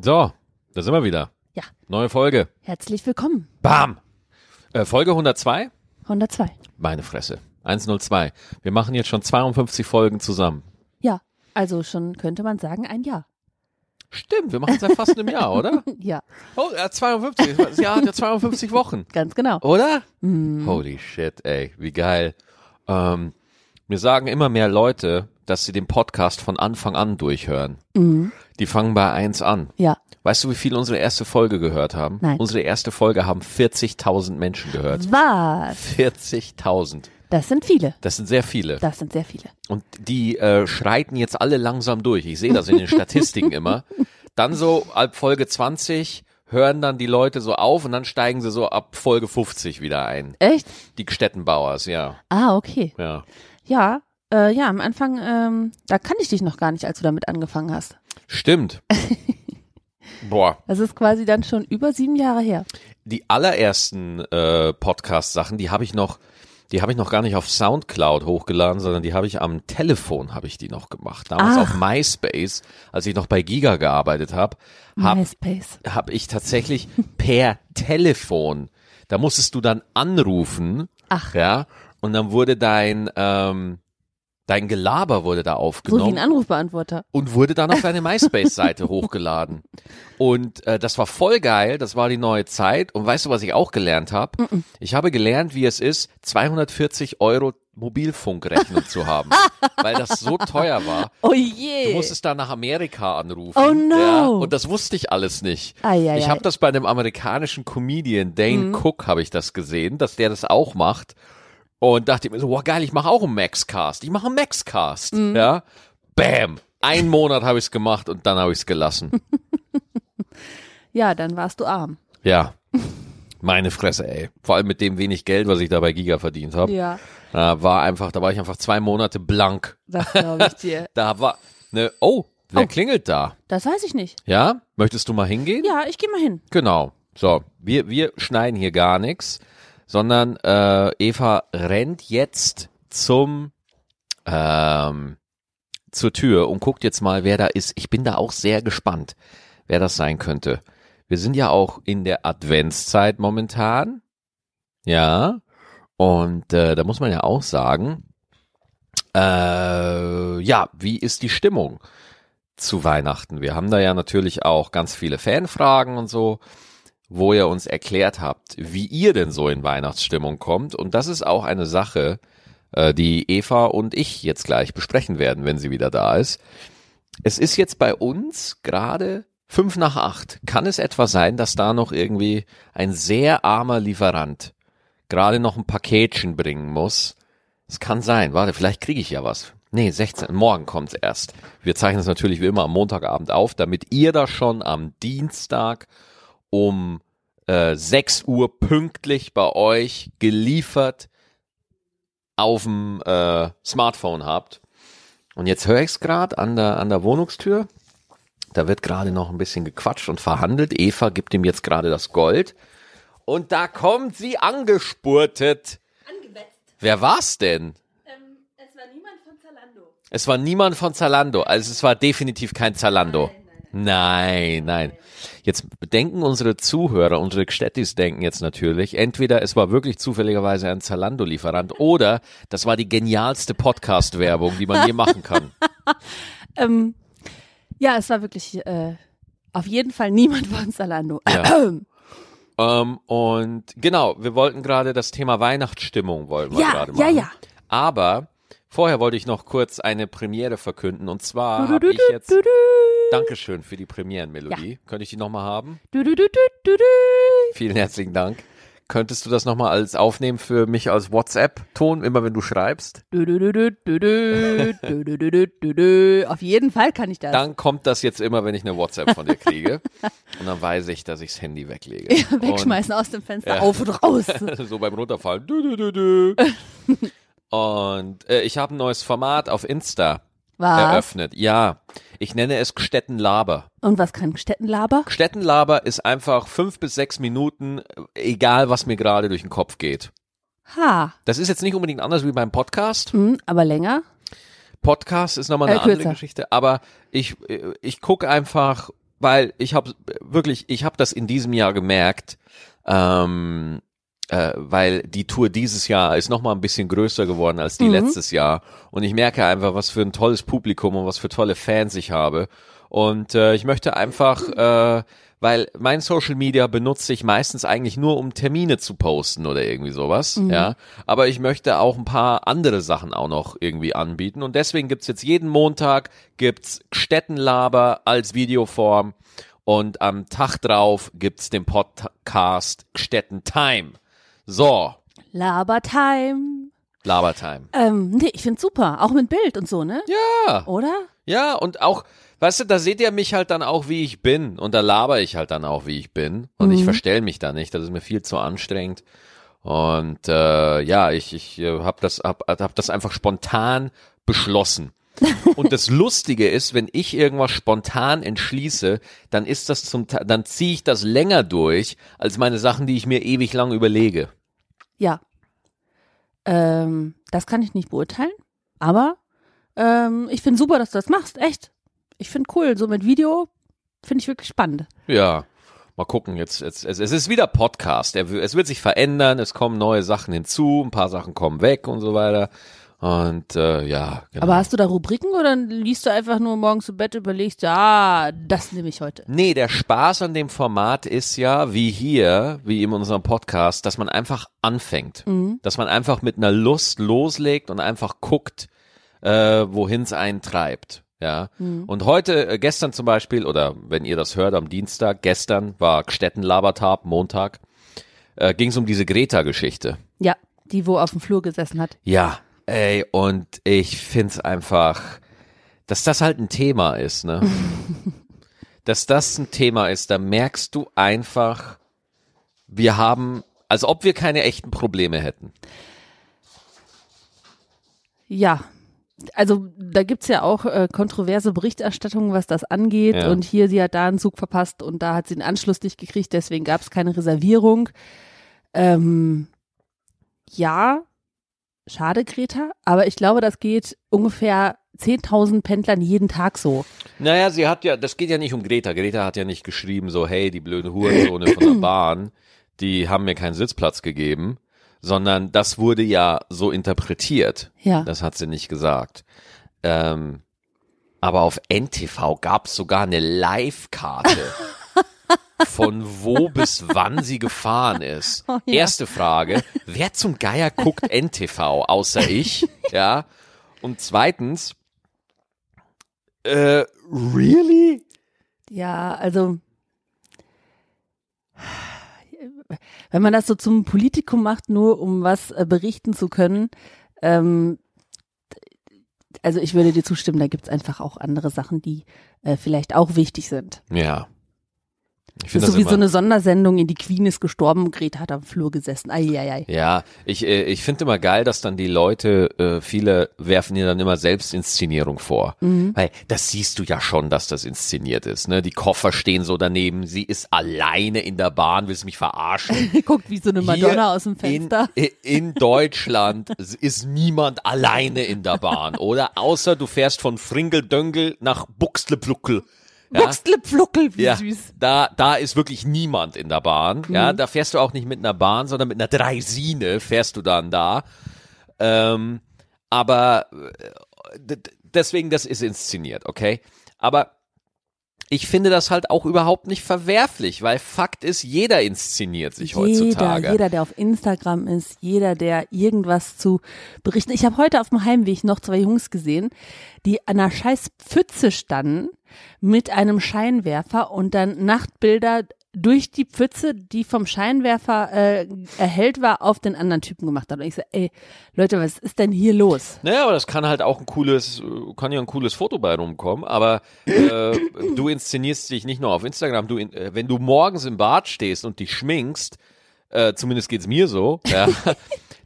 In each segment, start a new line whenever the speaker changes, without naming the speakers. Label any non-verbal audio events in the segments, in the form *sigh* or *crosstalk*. So, da sind wir wieder.
Ja.
Neue Folge.
Herzlich willkommen.
Bam! Äh, Folge 102?
102.
Meine Fresse. 102. Wir machen jetzt schon 52 Folgen zusammen.
Ja, also schon könnte man sagen ein Jahr. *laughs*
Stimmt, wir machen es ja fast einem Jahr, oder?
Ja,
Oh, ja, 52. Das Jahr hat ja 52 Wochen,
ganz genau.
oder? Holy shit, ey, wie geil. Ähm, mir sagen immer mehr Leute, dass sie den Podcast von Anfang an durchhören.
Mhm.
Die fangen bei 1 an.
Ja,
Weißt du, wie viele unsere erste Folge gehört haben?
Nein.
Unsere erste Folge haben 40.000 Menschen gehört.
was?
40.000.
Das sind viele.
Das sind sehr viele.
Das sind sehr viele.
Und die äh, schreiten jetzt alle langsam durch. Ich sehe das in den Statistiken immer. Dann so ab Folge 20 hören dann die Leute so auf und dann steigen sie so ab Folge 50 wieder ein.
Echt?
Die Gstettenbauers, ja.
Ah, okay.
ja.
Ja, äh, ja, am Anfang, ähm, da kannte ich dich noch gar nicht, als du damit angefangen hast.
Stimmt. Boah.
Das ist quasi dann schon über sieben Jahre her.
Die allerersten äh, Podcast-Sachen, die habe ich noch, die habe ich noch gar nicht auf Soundcloud hochgeladen, sondern die habe ich am Telefon habe ich die noch gemacht. Damals
Ach.
auf MySpace, als ich noch bei Giga gearbeitet habe, habe
MySpace.
habe ich tatsächlich per Telefon. Da musstest du dann anrufen.
Ach.
Ja. Und dann wurde dein, ähm, dein Gelaber wurde da
So wie
aufgenommen
ein Anrufbeantworter.
und wurde dann auf deine MySpace-Seite
*laughs*
hochgeladen. Und äh, das war voll geil, das war die neue Zeit. Und weißt du, was ich auch gelernt habe? Ich habe gelernt, wie es ist, 240 Euro Mobilfunkrechnung zu
*laughs*
haben, weil das so teuer war.
Oh
Du
je.
musstest da nach Amerika anrufen.
Oh no.
Ja, und das wusste ich alles nicht.
Ei, ei,
ich
ei.
habe das bei einem amerikanischen Comedian, Dane
Mhm.
Cook, habe ich das gesehen, dass der das auch macht. Und dachte mir so, wow, geil, ich mache auch einen Maxcast. Ich mache einen Maxcast.
Mhm.
Ja. Bam. Einen Monat habe ich es gemacht und dann habe ich es
*laughs*
gelassen.
ja, dann warst du arm.
ja. Meine Fresse, ey. Vor allem mit dem wenig Geld, was ich da bei Giga verdient habe.
Ja,
Äh, war einfach, da war ich einfach zwei Monate blank.
das glaube ich dir.
Da war, ne, oh, wer
Oh.
klingelt da?
*laughs* Das weiß ich nicht.
Ja? Möchtest du mal hingehen?
Ja, ich gehe mal hin.
Genau. So, wir, wir schneiden hier gar nichts, sondern äh, Eva rennt jetzt zum ähm, zur Tür und guckt jetzt mal, wer da ist. Ich bin da auch sehr gespannt, wer das sein könnte. Wir sind ja auch in der Adventszeit momentan. Ja. Und äh, da muss man ja auch sagen, äh, ja, wie ist die Stimmung? zu Weihnachten. Wir haben da ja natürlich auch ganz viele Fanfragen und so, wo ihr uns erklärt habt, wie ihr denn so in Weihnachtsstimmung kommt. Und das ist auch eine Sache, äh, die Eva und ich jetzt gleich besprechen werden, wenn sie wieder da ist. Es ist jetzt bei uns gerade fünf nach acht. Kann es etwa sein, dass da noch irgendwie ein sehr armer Lieferant gerade noch ein Paketchen bringen muss? Es kann sein. Warte, vielleicht kriege ich ja was. Nee, 16. Morgen kommt's erst. Wir zeichnen es natürlich wie immer am Montagabend auf, damit ihr da schon am Dienstag um äh, 6 Uhr pünktlich bei euch geliefert auf dem äh, Smartphone habt. Und jetzt höre ich's grad gerade an der, an der Wohnungstür. Da wird gerade noch ein bisschen gequatscht und verhandelt. Eva gibt ihm jetzt gerade das Gold. Und da kommt sie angespurtet. Wer war's denn?
es war niemand von Zalando.
Es war niemand von Zalando. Also es war definitiv kein Zalando. Nein, nein. Jetzt denken unsere Zuhörer, unsere Gstettis denken jetzt natürlich, entweder es war wirklich zufälligerweise ein Zalando-Lieferant oder das war die genialste Podcast-Werbung, die man je machen
*laughs*
kann.
Ähm, ja, es war wirklich äh, auf jeden Fall niemand von *clears throat* Zalando.
Ja. Ähm, und genau, wir wollten gerade das Thema Weihnachtsstimmung wollten wir
Ja,
gerade machen.
ja, ja.
Aber vorher wollte ich noch kurz eine Premiere verkünden und zwar habe ich jetzt
Du, du,
Dankeschön für die Premierenmelodie. Könnte ich die nochmal haben?
du, du, du, du, du.
Vielen herzlichen Dank. Könntest du das nochmal als aufnehmen für mich als WhatsApp-Ton, immer wenn du schreibst?
Du, du, du, du, du, du, du, du, du, du, du, du. Auf jeden Fall kann ich das. *laughs*
Dann kommt das jetzt immer, wenn ich eine WhatsApp von dir kriege. Und dann weiß ich, dass ich das Handy weglege.
Wegschmeißen aus dem Fenster, auf und raus.
*laughs* Und so beim Runterfallen. Dü, dü, dü, dü. Und äh, ich habe ein neues Format auf Insta
Was?
eröffnet. Ja, ich nenne es Gstettenlaber.
Und was kann Gstettenlaber?
Städtenlaber ist einfach fünf bis sechs Minuten, äh, egal was mir gerade durch den Kopf geht.
Ha.
Das ist jetzt nicht unbedingt anders wie beim Podcast.
Hm, aber länger?
Podcast ist nochmal
Äh,
eine andere
kürzer.
Geschichte, aber ich, ich gucke einfach, weil ich habe wirklich, ich habe das in diesem Jahr gemerkt, ähm, äh, weil die Tour dieses Jahr ist noch mal ein bisschen größer geworden als die
Mhm.
letztes Jahr und ich merke einfach, was für ein tolles Publikum und was für tolle Fans ich habe und äh, ich möchte einfach, äh, weil mein Social Media benutze ich meistens eigentlich nur, um Termine zu posten oder irgendwie sowas, ja, aber ich möchte auch ein paar andere Sachen auch noch irgendwie anbieten und deswegen gibt's jetzt jeden Montag gibt's Städtenlaber als Videoform und am Tag drauf gibt's den Podcast Gstetten Time. So,
Labertime.
Labertime.
Ähm, nee, ich find's super. Auch mit Bild und so, ne?
Ja,
Oder?
ja, und auch, weißt du, da seht ihr mich halt dann auch, wie ich bin. Und da laber ich halt dann auch, wie ich bin. Und ich verstell mich da nicht. Das ist mir viel zu anstrengend. Und äh, ja, ich, ich äh, hab das, hab, hab das einfach spontan beschlossen. Und das Lustige ist, wenn ich irgendwas spontan entschließe, dann ist das zum Teil, dann ziehe ich das länger durch als meine Sachen, die ich mir ewig lang überlege.
Ja. Ähm, das kann ich nicht beurteilen, aber ähm, ich finde super, dass du das machst, echt. Ich finde cool, so mit Video finde ich wirklich spannend.
Ja. Mal gucken, jetzt, jetzt es, es ist wieder Podcast. Er, w- es wird sich verändern, es kommen neue Sachen hinzu, ein paar Sachen kommen weg und so weiter. Und äh, ja, genau.
Aber hast du da Rubriken oder liest du einfach nur morgens im Bett überlegst, ah, das nehme ich heute.
nee, der Spaß an dem Format ist ja, wie hier, wie in unserem Podcast, dass man einfach anfängt. Dass man einfach mit einer Lust loslegt und einfach guckt, äh, wohin es einen treibt. Ja. Und heute, äh, gestern zum Beispiel, oder wenn ihr das hört am Dienstag, gestern war Gstetten-Labertab, Montag, äh, ging es um diese Greta-Geschichte.
Ja, die wo auf dem Flur gesessen hat.
Ja, ey, und ich find's einfach, dass das halt ein Thema ist, *laughs* ne? dass das ein Thema ist, da merkst du einfach, wir haben, als ob wir keine echten Probleme hätten.
Ja. Also da gibt's ja auch äh, kontroverse Berichterstattungen, was das angeht.
Ja.
Und hier, sie hat da einen Zug verpasst und da hat sie den Anschluss nicht gekriegt, deswegen gab's keine Reservierung. Ähm, ja, schade, Greta, aber ich glaube, das geht ungefähr 10.000 Pendlern jeden Tag so.
Naja, sie hat ja, das geht ja nicht um Greta. Greta hat ja nicht geschrieben, so, hey, die blöden Hurensohne von *laughs* der Bahn, die haben mir keinen Sitzplatz gegeben, sondern das wurde ja so interpretiert.
Ja.
Das hat sie nicht gesagt. Ähm, aber auf NTV gab es sogar eine
*laughs*
Live-Karte. Von wo bis wann sie gefahren ist.
Oh ja.
Erste Frage: Wer zum Geier guckt NTV außer ich? Ja. Und zweitens, äh, really?
Ja, also wenn man das so zum Politikum macht, nur um was äh, berichten zu können, ähm, also ich würde dir zustimmen, da gibt's einfach auch andere Sachen, die äh, vielleicht auch wichtig sind.
Ja. Ich
Das
finde
ist
das
so wie so
immer-
eine Sondersendung, in die Queen ist gestorben und Greta hat am Flur gesessen. Eieiei.
Ja, ich, äh, ich finde immer geil, dass dann die Leute, äh, viele werfen ihr dann immer Selbstinszenierung vor. Weil das siehst du ja schon, dass das inszeniert ist. Ne? Die Koffer stehen so daneben, sie ist alleine in der Bahn, willst mich verarschen.
Guckt wie so eine Madonna
Hier
aus dem *laughs* Fenster.
In, äh, in Deutschland s- ist niemand alleine in der Bahn, oder? Außer du fährst von Fringeldöngel nach Buxtlepluckel. Ja?
Buxtlepfluckel, *laughs* wie
Ja,
süß. Mhm.
da, da ist wirklich niemand in der Bahn. Ja, da fährst du auch nicht mit einer Bahn, sondern mit einer Dreisine fährst du dann da. Ähm, aber äh, d- d- deswegen, das ist inszeniert, okay? Aber ich finde das halt auch überhaupt nicht verwerflich, weil Fakt ist, jeder inszeniert sich heutzutage.
Jeder, jeder, der auf Instagram ist, jeder, der irgendwas zu berichten. Ich habe heute auf dem Heimweg noch zwei Jungs gesehen, die an einer scheiß Pfütze standen mit einem Scheinwerfer und dann Nachtbilder durch die Pfütze, die vom Scheinwerfer äh, erhellt war, auf den anderen Typen gemacht hat. Und ich so, ey, Leute, was ist denn hier los?
Naja, aber das kann halt auch ein cooles, äh, kann ja ein cooles Foto bei rumkommen, aber äh, du inszenierst dich nicht nur auf Instagram, du in, äh, wenn du morgens im Bad stehst und dich schminkst, äh, zumindest geht's mir so, ja, *laughs*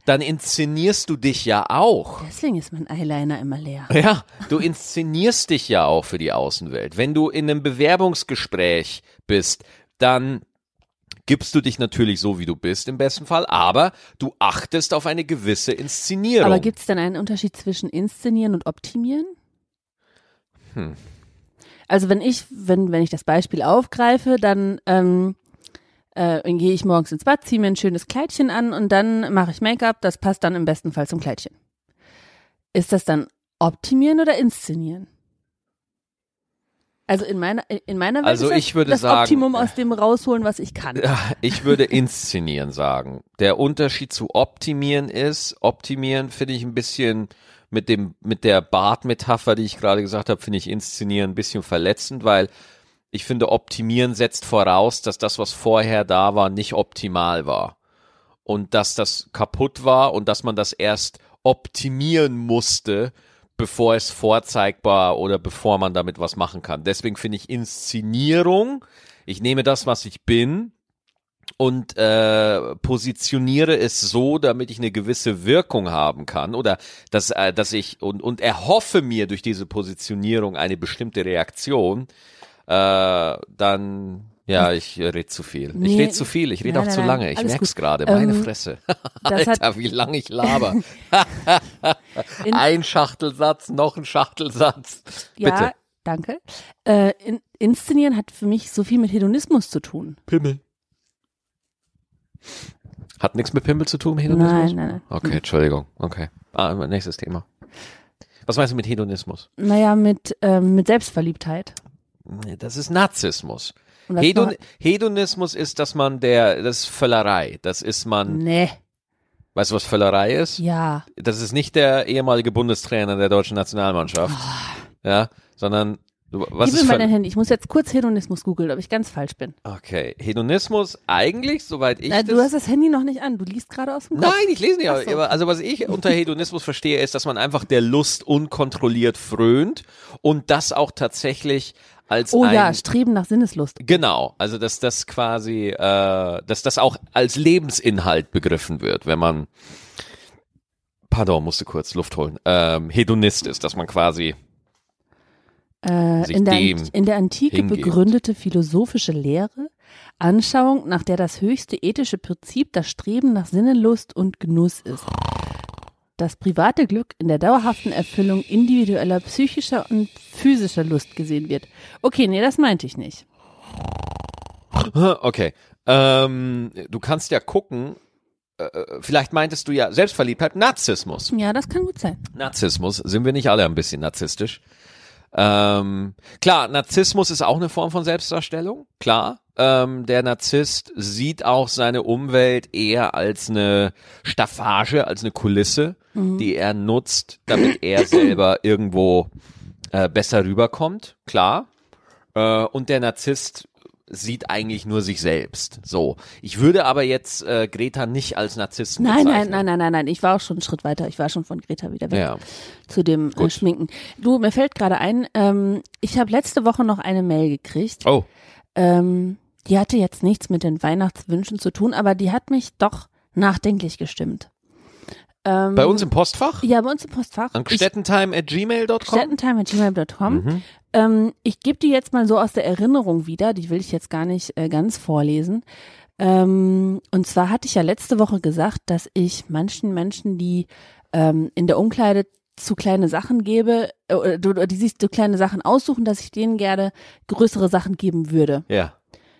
dann inszenierst du dich ja auch.
Deswegen ist mein Eyeliner immer leer.
Ja, du inszenierst dich ja auch für die Außenwelt. Wenn du in einem Bewerbungsgespräch bist, dann gibst du dich natürlich so, wie du bist im besten Fall, aber du achtest auf eine gewisse Inszenierung.
Aber
Hm.
gibt es denn einen Unterschied zwischen inszenieren und optimieren? also wenn ich, wenn, wenn ich das Beispiel aufgreife, dann ähm, äh, dann gehe ich morgens ins Bad, ziehe mir ein schönes Kleidchen an und dann mache ich Make-up, das passt dann im besten Fall zum Kleidchen. Ist das dann optimieren oder inszenieren? Also in meiner, in meiner Welt
Also
ist das,
ich würde
das
sagen-
Optimum aus dem rausholen, was ich
*laughs*
kann.
Ja, Ich würde inszenieren sagen. Der Unterschied zu optimieren ist, optimieren finde ich ein bisschen mit dem mit der Bartmetapher, die ich gerade gesagt habe, finde ich inszenieren ein bisschen verletzend, weil ich finde optimieren setzt voraus, dass das was vorher da war, nicht optimal war und dass das kaputt war und dass man das erst optimieren musste, bevor es vorzeigbar oder bevor man damit was machen kann. Deswegen finde ich Inszenierung, ich nehme das, was ich bin und äh, positioniere es so, damit ich eine gewisse Wirkung haben kann oder dass, äh, dass ich und, und erhoffe mir durch diese Positionierung eine bestimmte Reaktion, äh, dann ja, ich rede zu viel.
Hm. Nee.
ich rede zu viel, ich rede
Nein,
auch
nein,
zu
nein,
lange. Ich
alles
merk's
gut.
gerade, meine
Ähm,
Fresse.
das hat-
Alter, wie lange ich laber.
*laughs* In-
ein Schachtelsatz, noch ein Schachtelsatz.
Ja,
Bitte.
danke. Äh, in, inszenieren hat für mich so viel mit Hedonismus zu tun.
Pimmel. Hat nichts mit Pimmel zu tun, Hedonismus?
Nein, nein, nein.
Okay, Entschuldigung. Okay. Ah, nächstes Thema. Was meinst du mit Hedonismus?
Naja, mit, ähm, mit Selbstverliebtheit.
Nee, Das ist Narzissmus.
Und was
Hedon
war-
Hedonismus ist, dass man der, das ist Völlerei. Das ist man,
Nee,
weißt du, was Völlerei ist?
Hm. ja.
das ist nicht der ehemalige Bundestrainer der deutschen Nationalmannschaft,
Oh.
ja, sondern du- was
Gib
ist
mir mal
Ver
dein Handy. Ich muss jetzt kurz Hedonismus googeln, ob ich ganz falsch bin.
Okay, Hedonismus eigentlich, soweit ich
Na,
das
du hast das Handy noch nicht an. Du liest gerade aus dem Kopf.
Nein, ich lese nicht.
Ach so.
aber- Also was ich unter Hedonismus verstehe, ist, dass man einfach der Lust unkontrolliert frönt und das auch tatsächlich als
oh
ein
ja, Streben nach Sinneslust.
Genau, also dass das quasi, äh, dass das auch als Lebensinhalt begriffen wird, wenn man, pardon, musste kurz Luft holen, ähm, Hedonist ist, dass man quasi *laughs*
Äh,
sich
in, der,
dem
Ant- in der Antike
hingebt.
begründete philosophische Lehre, Anschauung, nach der das höchste ethische Prinzip das Streben nach Sinnelust und Genuss ist. Das private Glück in der dauerhaften Erfüllung individueller psychischer und physischer Lust gesehen wird. Okay, nee, das meinte ich nicht.
Okay. Ähm, du kannst ja gucken, äh, vielleicht meintest du ja Selbstverliebtheit, Narzissmus.
Ja, das kann gut sein.
Narzissmus, sind wir nicht alle ein bisschen narzisstisch? Ähm, klar, Narzissmus ist auch eine Form von Selbstdarstellung, klar. Ähm, der Narzisst sieht auch seine Umwelt eher als eine Staffage, als eine Kulisse,
Mhm.
die er nutzt, damit
*coughs*
er selber irgendwo äh, besser rüberkommt, klar. Äh, und der Narzisst sieht eigentlich nur sich selbst. So. Ich würde aber jetzt äh, Greta nicht als Narzissten
Nein, nein,
bezeichnen.
nein, nein, nein, nein. Ich war auch schon einen Schritt weiter. Ich war schon von Greta wieder weg.
Ja.
zu dem äh,
Gut.
Schminken. Du, mir fällt gerade ein, ähm, ich habe letzte Woche noch eine Mail gekriegt.
Oh.
Ähm, die hatte jetzt nichts mit den Weihnachtswünschen zu tun, aber die hat mich doch nachdenklich gestimmt. Ähm,
Bei uns im Postfach?
Ja, bei uns im Postfach.
An Mhm. gstettentime at gmail.com?
Stettentime.gmail.com. Ähm, ich gebe die jetzt mal so aus der Erinnerung wieder, die will ich jetzt gar nicht äh, ganz vorlesen. Ähm, und zwar hatte ich ja letzte Woche gesagt, dass ich manchen Menschen, die ähm, in der Umkleide zu kleine Sachen gebe, äh, oder, oder die sich zu kleine Sachen aussuchen, dass ich denen gerne größere Sachen geben würde.
Ja.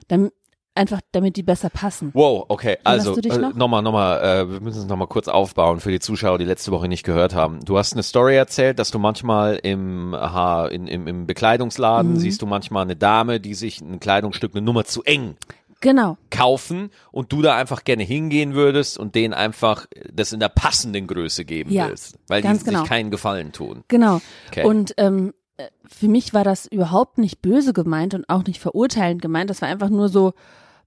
Dann, einfach damit die besser passen.
Wow, okay. Also,
du dich
äh,
noch?
nochmal, nochmal, äh, wir müssen es nochmal kurz aufbauen für die Zuschauer, die letzte Woche nicht gehört haben. Du hast eine Story erzählt, dass du manchmal im, aha, in, im, im
Mhm.
Bekleidungsladen siehst du manchmal eine Dame, die sich ein Kleidungsstück eine Nummer zu eng
Genau.
kaufen und du da einfach gerne hingehen würdest und denen einfach das in der passenden Größe geben
Ja,
willst. Weil die
ganz genau.
sich keinen Gefallen tun.
Genau.
Okay.
Und ähm, äh, für mich war das überhaupt nicht böse gemeint und auch nicht verurteilend gemeint. Das war einfach nur so,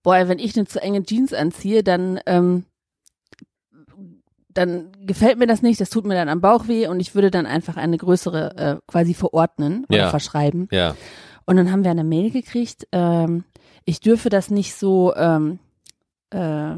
boah, wenn ich eine zu enge Jeans anziehe, dann, ähm, dann gefällt mir das nicht, das tut mir dann am Bauch weh und ich würde dann einfach eine größere äh, quasi verordnen oder
Ja.
verschreiben.
Ja.
Und dann haben wir eine Mail gekriegt, ähm, ich dürfe das nicht so, ähm, äh,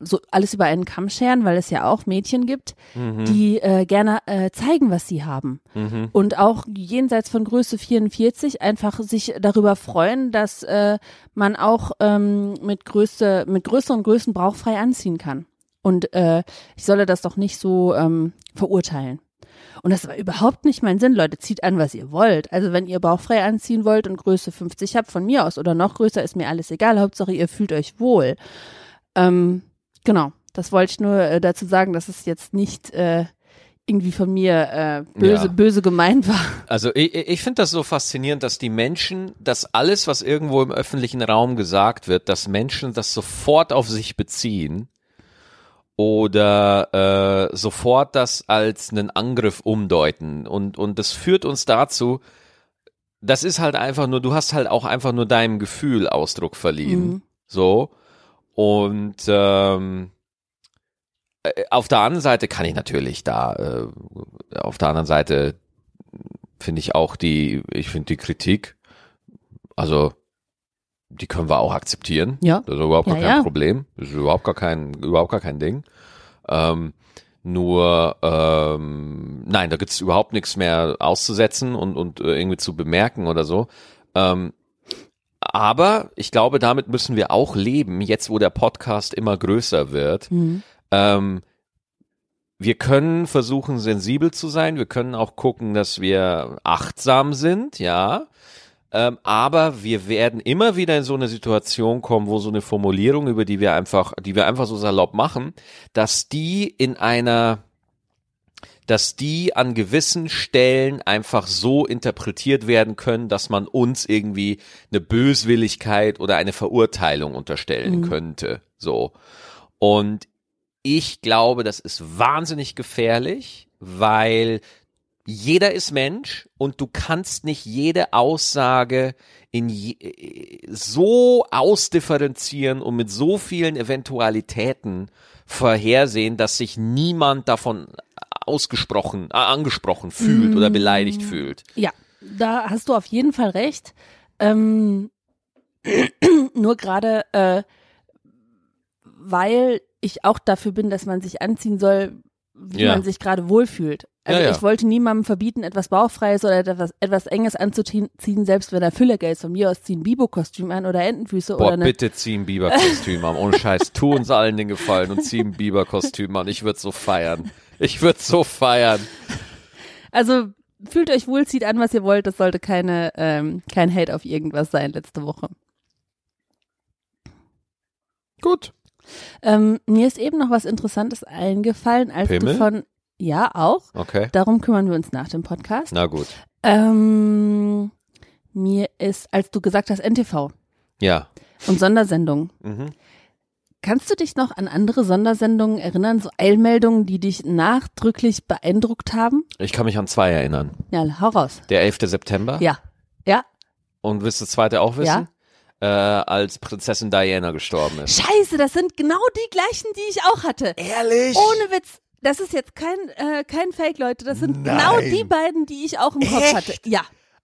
so alles über einen Kamm scheren, weil es ja auch Mädchen gibt,
Mhm.
die äh, gerne äh, zeigen, was sie haben
Mhm.
und auch jenseits von Größe 44 einfach sich darüber freuen, dass äh, man auch ähm, mit Größe, mit größeren Größen brauchfrei anziehen kann. Und äh, ich solle das doch nicht so ähm, verurteilen. Und das war überhaupt nicht mein Sinn. Leute, zieht an, was ihr wollt. Also wenn ihr bauchfrei anziehen wollt und Größe 50 habt, von mir aus oder noch größer, ist mir alles egal. Hauptsache, ihr fühlt euch wohl. Ähm, genau, das wollte ich nur äh, dazu sagen, dass es jetzt nicht äh, irgendwie von mir äh, böse,
Ja.
böse gemeint war.
Also ich, ich finde das so faszinierend, dass die Menschen, dass alles, was irgendwo im öffentlichen Raum gesagt wird, dass Menschen das sofort auf sich beziehen oder äh, sofort das als einen Angriff umdeuten. Und, und das führt uns dazu, das ist halt einfach nur, du hast halt auch einfach nur deinem Gefühl Ausdruck verliehen.
Mhm.
So. Und ähm, äh, auf der anderen Seite kann ich natürlich da, äh, auf der anderen Seite finde ich auch die, ich finde die Kritik, also die können wir auch akzeptieren.
Ja.
Das ist überhaupt gar
Ja,
kein
ja.
Problem. Das ist überhaupt gar kein, überhaupt gar kein Ding. Ähm, nur, ähm, nein, da gibt's überhaupt nichts mehr auszusetzen und, und äh, irgendwie zu bemerken oder so. Ähm, aber ich glaube, damit müssen wir auch leben, jetzt wo der Podcast immer größer wird.
Mhm.
Ähm, wir können versuchen, sensibel zu sein. Wir können auch gucken, dass wir achtsam sind, ja. Ähm, aber wir werden immer wieder in so eine Situation kommen, wo so eine Formulierung, über die wir einfach, die wir einfach so salopp machen, dass die in einer, dass die an gewissen Stellen einfach so interpretiert werden können, dass man uns irgendwie eine Böswilligkeit oder eine Verurteilung unterstellen
Mhm.
könnte. So. Und ich glaube, das ist wahnsinnig gefährlich, weil jeder ist Mensch und du kannst nicht jede Aussage in je, äh, so ausdifferenzieren und mit so vielen Eventualitäten vorhersehen, dass sich niemand davon ausgesprochen, äh, angesprochen fühlt
Mhm.
oder beleidigt fühlt.
Ja, da hast du auf jeden Fall recht. Ähm, *clears throat* nur gerade, äh, weil ich auch dafür bin, dass man sich anziehen soll, wie
Ja.
man sich gerade wohlfühlt. Also
Ja, ja.
ich wollte niemandem verbieten, etwas Bauchfreies oder etwas, etwas Enges anzuziehen, selbst wenn er Füllergeld ist. Von mir aus ziehen Bibo-Kostüm an oder Entenfüße
Boah,
oder ne eine
bitte zieh ein Biberkostüm an. Ohne Scheiß, tu uns allen den Gefallen und zieh ein Biberkostüm an. Ich würde so feiern. Ich würde so feiern.
Also fühlt euch wohl, zieht an, was ihr wollt. Das sollte keine, ähm, kein Hate auf irgendwas sein letzte Woche.
Gut.
Ähm, mir ist eben noch was Interessantes eingefallen, als
Pimmel?
du von ja auch.
Okay.
Darum kümmern wir uns nach dem Podcast.
Na gut.
Ähm, mir ist, als du gesagt hast, NTV
Ja.
und Sondersendungen.
Mhm.
Kannst du dich noch an andere Sondersendungen erinnern, so Eilmeldungen, die dich nachdrücklich beeindruckt haben?
Ich kann mich an zwei erinnern.
Ja, hau raus.
Der 11. September.
Ja. Ja.
Und willst du das zweite auch wissen? Ja. Äh, als Prinzessin Diana gestorben ist.
Scheiße, das sind genau die gleichen, die ich auch hatte.
Ehrlich?
Ohne Witz. Das ist jetzt kein, äh, kein Fake, Leute. Das sind genau
Nein.
die beiden, die ich auch im Kopf
Echt?
hatte. Ja,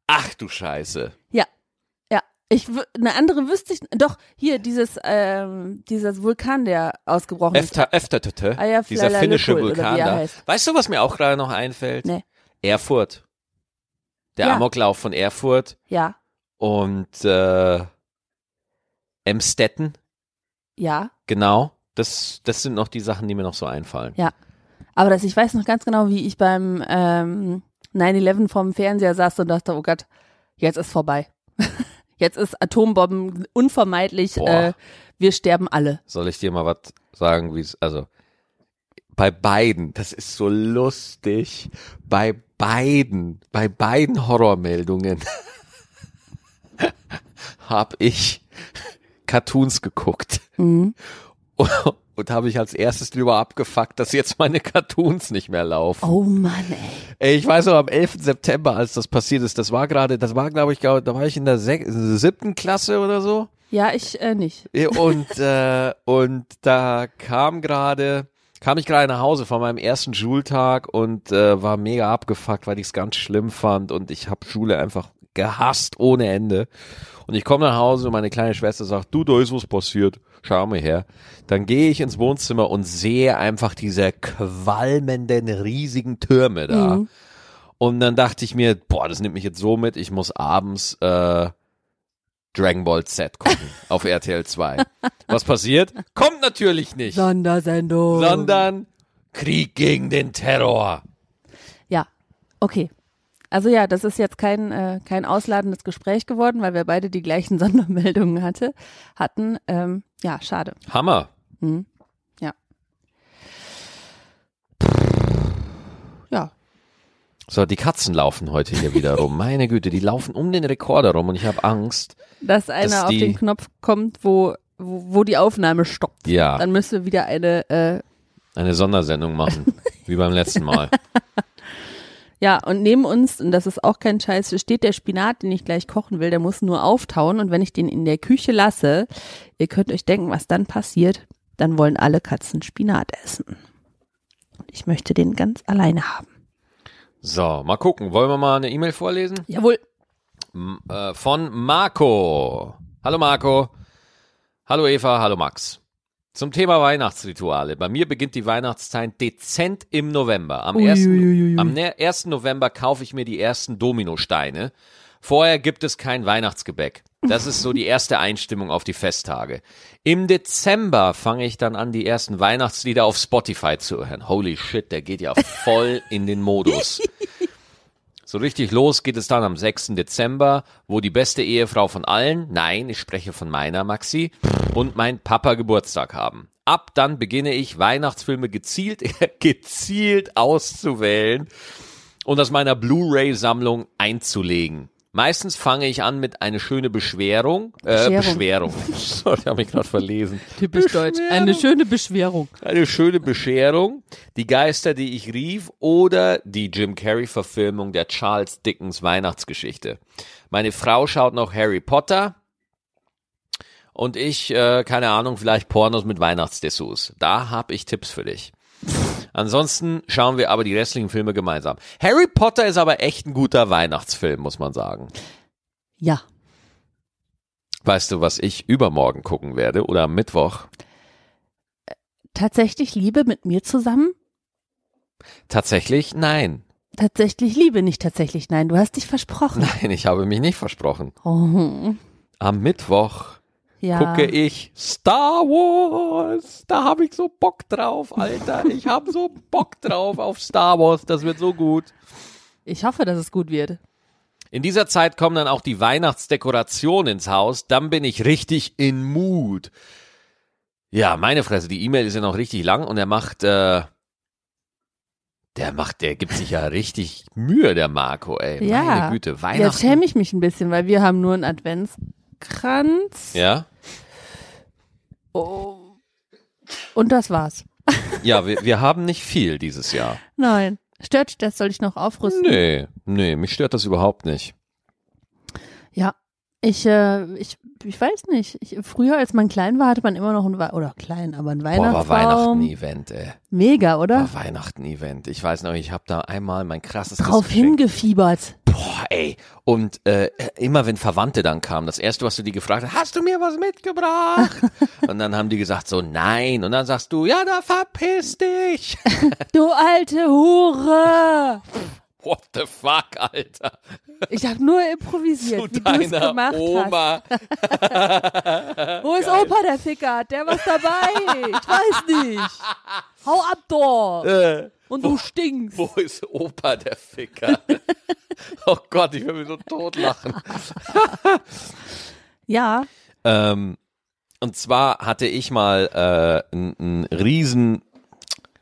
Ach du Scheiße.
ja, ja. Ich, wü- eine andere wüsste ich. Doch, hier, dieses, ähm, dieses Vulkan, der ausgebrochen ist.
Efter, Eftertötte,
Ah ja,
dieser
Flalalekul,
finnische
oder wie
Vulkan
er
da.
heißt.
Weißt du, was mir auch gerade noch einfällt?
Nee.
Erfurt. Der
Ja.
Amoklauf von Erfurt
Ja,
und äh, Emstetten,
ja,
genau. Das, das sind noch die Sachen, die mir noch so einfallen.
ja. Aber das, ich weiß noch ganz genau, wie ich beim ähm, 9-11 vorm Fernseher saß und dachte, oh Gott, jetzt ist vorbei. *laughs* jetzt ist Atombomben unvermeidlich.
Boah.
Äh, wir sterben alle.
Soll ich dir mal was sagen, wie es, also bei beiden, das ist so lustig, bei beiden, bei beiden Horrormeldungen *laughs* habe ich Cartoons geguckt. *laughs*
Mhm.
Und habe ich als erstes drüber abgefuckt, dass jetzt meine Cartoons nicht mehr laufen.
Oh Mann, ey.
Ey, ich weiß noch, am 11. September, als das passiert ist, das war gerade, das war, glaube ich, glaub, da war ich in der sech- siebten Klasse oder so.
Ja, ich äh, nicht.
Ja, Und, äh, und da kam gerade, kam ich gerade nach Hause von meinem ersten Schultag und äh, war mega abgefuckt, weil ich es ganz schlimm fand und ich habe Schule einfach gehasst ohne Ende. Und ich komme nach Hause und meine kleine Schwester sagt, du, da ist was passiert, schau mal her. Dann gehe ich ins Wohnzimmer und sehe einfach diese qualmenden, riesigen Türme da.
Mhm.
Und dann dachte ich mir, boah, das nimmt mich jetzt so mit, ich muss abends äh, Dragon Ball Z gucken auf RTL 2. Was passiert? Kommt natürlich nicht,
Sondersendung.
sondern Krieg gegen den Terror.
Ja, Okay. Also ja, das ist jetzt kein, äh, kein ausladendes Gespräch geworden, weil wir beide die gleichen *laughs* Sondermeldungen hatte, hatten. Ähm, ja, schade.
Hammer.
Hm. Ja. Ja.
So, die Katzen laufen heute hier wieder rum. Meine Güte, die laufen um den Rekorder rum und ich habe Angst.
Dass einer auf
die-
den Knopf kommt, wo, wo, wo die Aufnahme stoppt.
Ja,
Dann müssen wir wieder eine, äh,
eine Sondersendung machen, wie beim letzten Mal.
ja, und neben uns, und das ist auch kein Scheiß, steht der Spinat, den ich gleich kochen will, der muss nur auftauen und wenn ich den in der Küche lasse, ihr könnt euch denken, was dann passiert, dann wollen alle Katzen Spinat essen. Und ich möchte den ganz alleine haben.
So, mal gucken. Wollen wir mal eine E-Mail vorlesen?
Jawohl.
M äh, von Marco. Hallo Marco. Hallo Eva, hallo Max. Zum Thema Weihnachtsrituale. Bei mir beginnt die Weihnachtszeit dezent im November. Am,
Ui,
1.
ui, ui, ui.
am ne- 1. November kaufe ich mir die ersten Dominosteine. Vorher gibt es kein Weihnachtsgebäck. Das ist so die erste Einstimmung auf die Festtage. Im Dezember fange ich dann an, die ersten Weihnachtslieder auf Spotify zu hören. Holy shit, der geht ja voll in den Modus. So richtig los geht es dann am 6. Dezember, wo die beste Ehefrau von allen, nein, ich spreche von meiner Maxi, und mein Papa Geburtstag haben. Ab dann beginne ich Weihnachtsfilme gezielt, *laughs* gezielt auszuwählen und aus meiner Blu-ray-Sammlung einzulegen. Meistens fange ich an mit eine schöne Beschwerung. Äh,
Bescherung.
Beschwerung. *laughs* Sorry, habe ich gerade verlesen.
Typisch deutsch. Eine schöne Beschwerung.
Eine schöne Bescherung, die Geister, die ich rief, oder die Jim Carrey-Verfilmung der Charles Dickens Weihnachtsgeschichte. Meine Frau schaut noch Harry Potter und ich, äh, keine Ahnung, vielleicht Pornos mit Weihnachtsdessous. Da habe ich Tipps für dich. Ansonsten schauen wir aber die restlichen Filme gemeinsam. Harry Potter ist aber echt ein guter Weihnachtsfilm, muss man sagen.
Ja.
Weißt du, was ich übermorgen gucken werde oder am Mittwoch?
Tatsächlich Liebe mit mir zusammen?
Tatsächlich nein. *laughs*
Tatsächlich Liebe, nicht tatsächlich. Nein, du hast dich versprochen.
Nein, ich habe mich nicht versprochen.
Oh,
Am Mittwoch
ja.
gucke ich Star Wars. Da habe ich so Bock drauf, Alter. Ich habe so Bock drauf auf Star Wars. Das wird so gut.
Ich hoffe, dass es gut wird.
In dieser Zeit kommen dann auch die Weihnachtsdekorationen ins Haus. Dann bin ich richtig in Mut. Ja, meine Fresse, die E-Mail ist ja noch richtig lang und er macht, äh, der macht, der gibt sich ja richtig Mühe, der Marco, ey.
Ja.
Meine Güte,
Jetzt
Weihnachten.
schäme ich mich ein bisschen, weil wir haben nur einen Adventskranz.
Ja,
Oh. Und das war's.
ja wir, wir haben nicht viel dieses Jahr.
Nein. Stört dich das? Soll ich noch aufrüsten?
Nee, nee, mich stört das überhaupt nicht.
Ja. Ich, äh, ich, ich weiß nicht. Ich, früher, als man klein war, hatte man immer noch einen, Wei- oder klein, aber einen
Boah, war
Weihnachtsbaum.
Weihnachten ein Event, ey.
Mega, oder?
War Weihnachten ein Event. Ich weiß noch, ich habe da einmal mein krassestes
Drauf
Geschenk.
hingefiebert.
Boah, ey. Und äh, immer wenn Verwandte dann kamen, das erste, was du die gefragt hast, hast du mir was
*laughs*
mitgebracht? und dann haben die gesagt so, nein. Und dann sagst du, ja, da verpiss dich. *laughs*
Du alte Hure!
What the fuck, Alter?
Ich habe nur improvisiert,
*laughs* Zu
wie du es
deiner
gemacht
Oma.
hast. Wo ist Opa der Ficker? Der was dabei? Ich
*laughs*
weiß nicht. Hau ab doch!
Äh,
Und du stinkst.
wo ist Opa der
*laughs*
Ficker? oh Gott, ich will mich so totlachen.
Ja.
Ähm, und zwar hatte ich mal äh, einen einen riesen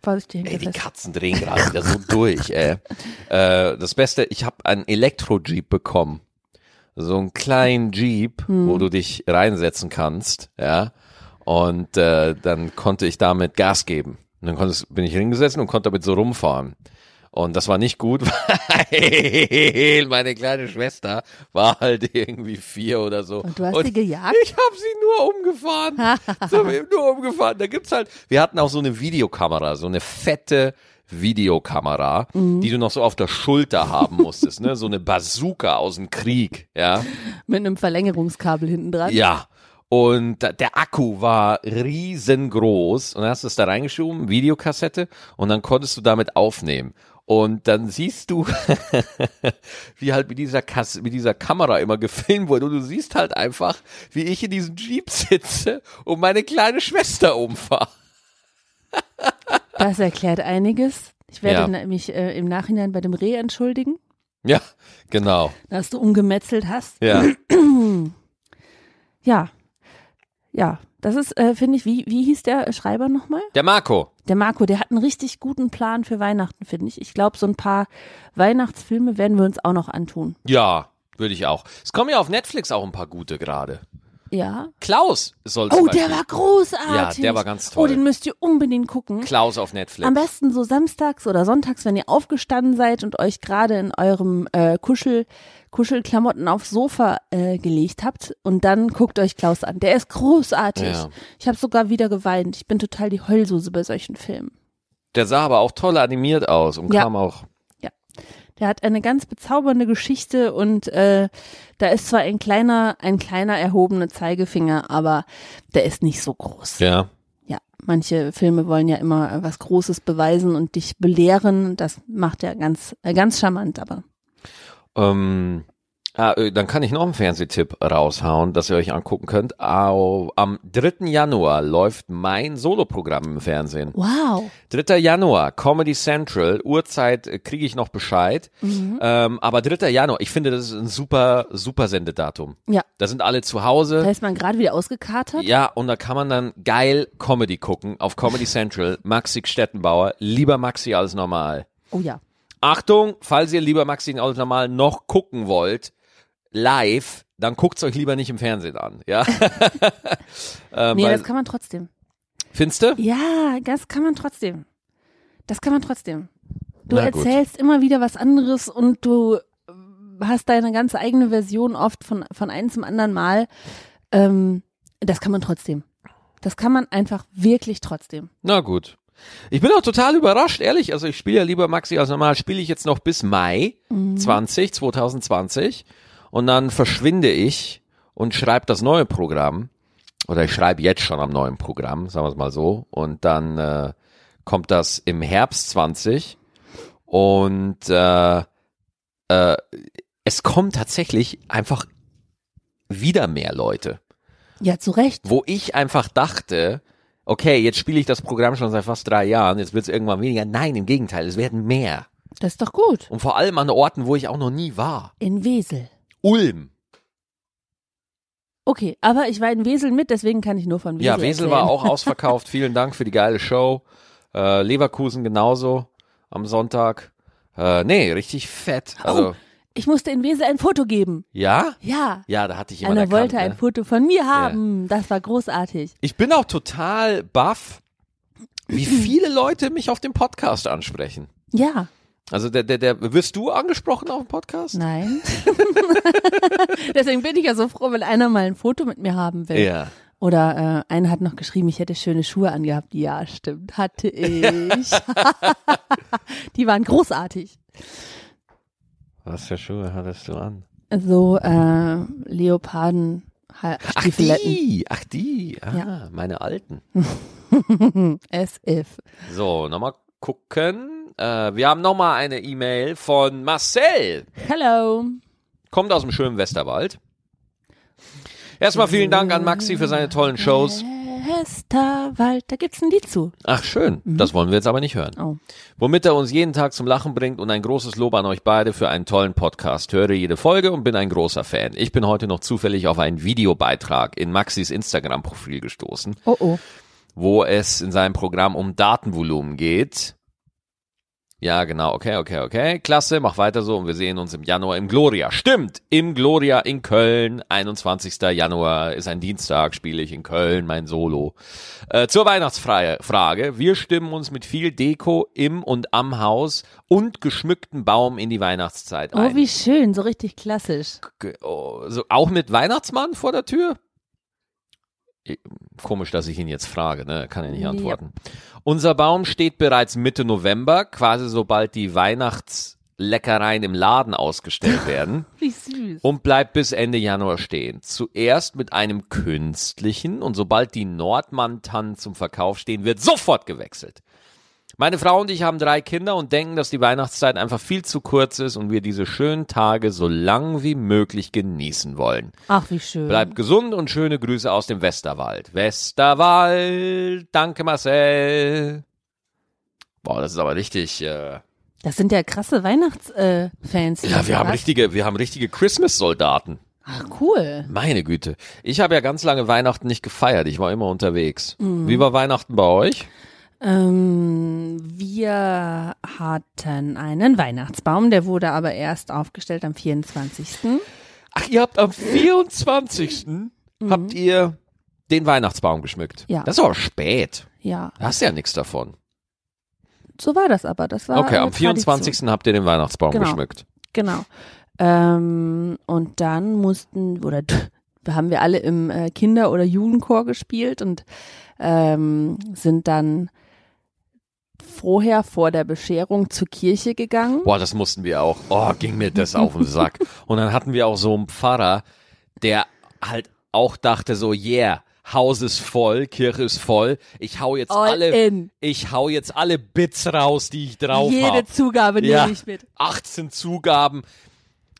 Vorsichtig
Ey, die
hingefasst.
Katzen drehen gerade wieder so durch, ey. Äh, das Beste, ich habe einen Elektro-Jeep bekommen. So einen kleinen Jeep, wo du dich reinsetzen kannst, ja. Und äh, dann konnte ich damit Gas geben. Und dann konntest, bin ich hingesetzt und konnte damit so rumfahren. Und das war nicht gut, *laughs* weil *laughs* meine kleine Schwester war halt irgendwie vier oder so.
Und du hast sie gejagt?
Ich habe sie nur
*laughs*
umgefahren. so, nur umgefahren. Da gibt's halt. Wir hatten auch so eine Videokamera, so eine fette Videokamera,
Mhm.
die du noch so auf der Schulter haben musstest, ne? So eine Bazooka aus dem Krieg, ja.
Mit einem Verlängerungskabel hinten dran.
Ja. Und da- der Akku war riesengroß und dann hast du es da reingeschoben, Videokassette, und dann konntest du damit aufnehmen. Und dann siehst du, *laughs* wie halt mit dieser, Kass mit dieser Kamera immer gefilmt wurde. Und du siehst halt einfach, wie ich in diesem Jeep sitze und meine kleine Schwester umfahre.
Das erklärt einiges. Ich werde
Ja.
mich äh, im Nachhinein bei dem Reh entschuldigen,
*laughs* Ja, genau.
dass du umgemetzelt hast.
Ja.
Ja. Ja, das ist, äh, finde ich, wie, wie hieß der Schreiber nochmal?
Der Marco.
Der Marco, der hat einen richtig guten Plan für Weihnachten, finde ich. Ich glaube, so ein paar Weihnachtsfilme werden wir uns auch noch antun.
Ja, würde ich auch. Es kommen ja auf Netflix auch ein paar gute gerade.
Ja.
Klaus soll zum
Oh,
Beispiel.
der war großartig.
Ja, der war ganz
Oh,
toll.
den müsst ihr unbedingt gucken.
Klaus auf Netflix.
Am besten so samstags oder sonntags, wenn ihr aufgestanden seid und euch gerade in eurem äh, Kuschel, Kuschelklamotten aufs Sofa äh, gelegt habt und dann guckt euch Klaus an. Der ist großartig.
Ja.
Ich habe sogar wieder geweint. Ich bin total die Heulsuse bei solchen Filmen.
Der sah aber auch toll animiert aus und
Ja.
kam auch.
Der hat eine ganz bezaubernde Geschichte und äh, da ist zwar ein kleiner, ein kleiner erhobener Zeigefinger, aber der ist nicht so groß.
Ja.
Ja, manche Filme wollen ja immer äh, was Großes beweisen und dich belehren. Das macht er ganz, äh, ganz charmant, aber
Ähm, ah, äh, dann kann ich noch einen Fernsehtipp raushauen, dass ihr euch angucken könnt. Au, am 3. Januar läuft mein Soloprogramm im Fernsehen.
wow.
3. Januar, Comedy Central, Uhrzeit äh, kriege ich noch Bescheid. Ähm, aber 3. Januar, ich finde, das ist ein super, super Sendedatum.
Ja,
Da sind alle zu
da
Hause.
ist man gerade wieder ausgekatert.
Ja, und da kann man dann geil Comedy gucken auf Comedy Central. Maxi Stettenbauer, lieber Maxi als normal.
Oh ja.
Achtung, falls ihr lieber Maxi als normal noch gucken wollt, live, dann guckt's euch lieber nicht im Fernsehen an. Ja. *laughs* ähm,
Nee,
weil,
das kann man trotzdem.
findste?
Ja, das kann man trotzdem. Das kann man trotzdem. Du
Na gut.
erzählst immer wieder was anderes und du äh, hast deine ganz eigene Version oft von, von einem zum anderen Mal. Ähm, das kann man trotzdem. Das kann man einfach wirklich trotzdem.
Na gut. Ich bin auch total überrascht, ehrlich. Also ich spiele ja lieber Maxi als normal, spiele ich jetzt noch bis Mai 20, 2020 und dann verschwinde ich und schreibe das neue Programm. Oder ich schreibe jetzt schon am neuen Programm, sagen wir es mal so. Und dann äh, kommt das im Herbst 20 und äh, äh, es kommen tatsächlich einfach wieder mehr Leute
Ja, zu Recht.
wo ich einfach dachte, okay, jetzt spiele ich das Programm schon seit fast drei Jahren, jetzt wird es irgendwann weniger. Nein, im Gegenteil, es werden mehr.
Das ist doch gut.
Und vor allem an Orten, wo ich auch noch nie war.
In Wesel.
Ulm.
Okay, aber ich war in Wesel mit, deswegen kann ich nur von Wesel
Ja, Wesel
erzählen.
war auch
*laughs*
ausverkauft. Vielen Dank für die geile Show. Äh, Leverkusen genauso am Sonntag. Äh, nee, richtig fett. Also,
Ich musste in Wesel ein Foto geben.
ja?
Ja.
Ja, da hatte ich jemanden
Einer
erkannt.
wollte ein
Ne?
Foto von mir haben. Das war großartig.
Ich bin auch total baff, wie
*clears throat*
viele Leute mich auf dem Podcast ansprechen.
Ja.
Also, der, der, der, wirst du angesprochen auf dem Podcast?
Nein. *laughs* Deswegen bin ich ja so froh, wenn einer mal ein Foto mit mir haben will.
Ja.
Oder äh, einer hat noch geschrieben, ich hätte schöne Schuhe angehabt. Ja, stimmt,
*laughs*
hatte ich. Die waren großartig.
Was für Schuhe hattest du an?
So äh, Leoparden, Ha-
Ach
Stiefeletten.
die, ach die, ah,
Ja.
meine alten.
As if.
So, nochmal gucken. Äh, wir haben nochmal eine E-Mail von Marcel.
Hello.
Kommt aus dem schönen Westerwald. Erstmal vielen Dank an Maxi für seine tollen Shows.
Westerwald, da gibt's ein Lied zu.
Ach schön, das wollen wir jetzt aber nicht hören.
Oh.
Womit er uns jeden Tag zum Lachen bringt und ein großes Lob an euch beide für einen tollen Podcast. Höre jede Folge und bin ein großer Fan. Ich bin heute noch zufällig auf einen Videobeitrag in Maxis Instagram-Profil gestoßen.
Oh oh.
wo es in seinem Programm um Datenvolumen geht. Ja, genau, okay, okay, okay. Klasse, mach weiter so und wir sehen uns im Januar im Gloria. Stimmt, im Gloria in Köln, 21. Januar ist ein Dienstag, spiele ich in Köln mein Solo. Äh, zur Weihnachtsfrage. Wir stimmen uns mit viel Deko im und am Haus und geschmückten Baum in die Weihnachtszeit
Oh,
ein.
wie schön, so richtig klassisch.
Ge- oh, so, auch mit Weihnachtsmann vor der Tür? Eh, Komisch, dass ich ihn jetzt frage, ne? Kann er nicht
Ja.
antworten. Unser Baum steht bereits Mitte November, quasi sobald die Weihnachtsleckereien im Laden ausgestellt werden
Wie süß.
und bleibt bis Ende Januar stehen. Zuerst mit einem künstlichen und sobald die Nordmann-Tannen zum Verkauf stehen, wird sofort gewechselt. Meine Frau und ich haben drei Kinder und denken, dass die Weihnachtszeit einfach viel zu kurz ist und wir diese schönen Tage so lang wie möglich genießen wollen.
Ach, wie schön.
Bleibt gesund und schöne Grüße aus dem Westerwald. Westerwald, danke Marcel. Boah, das ist aber richtig. Äh,
Das sind ja krasse Weihnachtsfans. Äh, Fans, die
ja,
das
wir haben
hat.
richtige, wir haben richtige Christmas-Soldaten.
Ach, cool.
Meine Güte. Ich habe ja ganz lange Weihnachten nicht gefeiert. Ich war immer unterwegs.
Mhm.
Wie war Weihnachten bei euch?
Ähm, wir hatten einen Weihnachtsbaum, der wurde aber erst aufgestellt am 24.
Ach, ihr habt am 24. habt ihr den Weihnachtsbaum geschmückt.
Mhm. Ja.
Das ist aber spät.
Ja,
Da hast du ja nichts davon.
so war das aber. Das war
Okay,
eine
am 24. habt ihr den Weihnachtsbaum
Genau.
geschmückt.
Tradition. Genau. Ähm, und dann mussten, oder haben wir alle im äh, Kinder- oder Jugendchor gespielt und ähm, sind dann vorher vor der Bescherung zur Kirche gegangen.
Boah, das mussten wir auch. Oh, ging mir das auf den
*laughs*
Sack. Und dann hatten wir auch so einen Pfarrer, der halt auch dachte so, yeah, Haus ist voll, Kirche ist voll. Ich hau jetzt
All
alle,
in.
ich hau jetzt alle Bits raus, die ich drauf
Jede
habe.
Zugabe
Ja.
nehme ich mit.
18 Zugaben.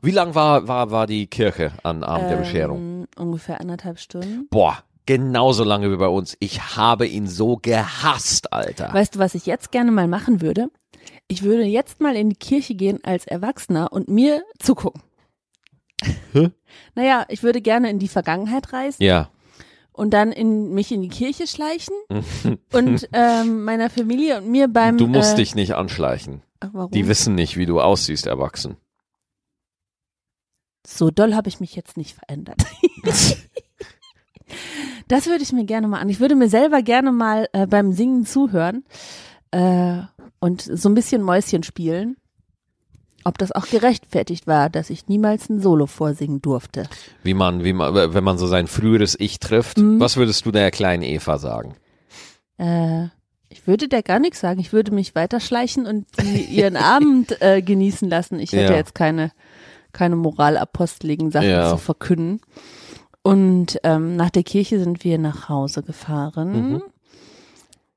Wie lang war, war, war die Kirche an Abend der Bescherung?
Ähm, ungefähr anderthalb Stunden.
Boah, genauso lange wie bei uns. Ich habe ihn so gehasst, Alter.
Weißt du, was ich jetzt gerne mal machen würde? Ich würde jetzt mal in die Kirche gehen als Erwachsener und mir zugucken. *laughs* Naja, ich würde gerne in die Vergangenheit reisen
ja.
und dann in, mich in die
*laughs*
Kirche schleichen und ähm, meiner Familie und mir beim.
Du musst
äh,
dich nicht anschleichen.
Ach, warum?
Die wissen nicht, wie du aussiehst, erwachsen.
so doll habe ich mich jetzt nicht verändert. das würde ich mir gerne mal an. Ich würde mir selber gerne mal äh, beim Singen zuhören äh, und so ein bisschen Mäuschen spielen. Ob das auch gerechtfertigt war, dass ich niemals ein Solo vorsingen durfte.
Wie man, wie man, wenn man so sein früheres Ich trifft.
Mhm.
Was würdest du der kleinen Eva sagen?
Äh, ich würde der gar nichts sagen. Ich würde mich weiterschleichen und die
*laughs*
ihren Abend äh, genießen lassen. Ich hätte
Ja.
jetzt keine, keine moralaposteligen Sachen
Ja.
zu verkünden. Und ähm, nach der Kirche sind wir nach Hause gefahren.
Mhm.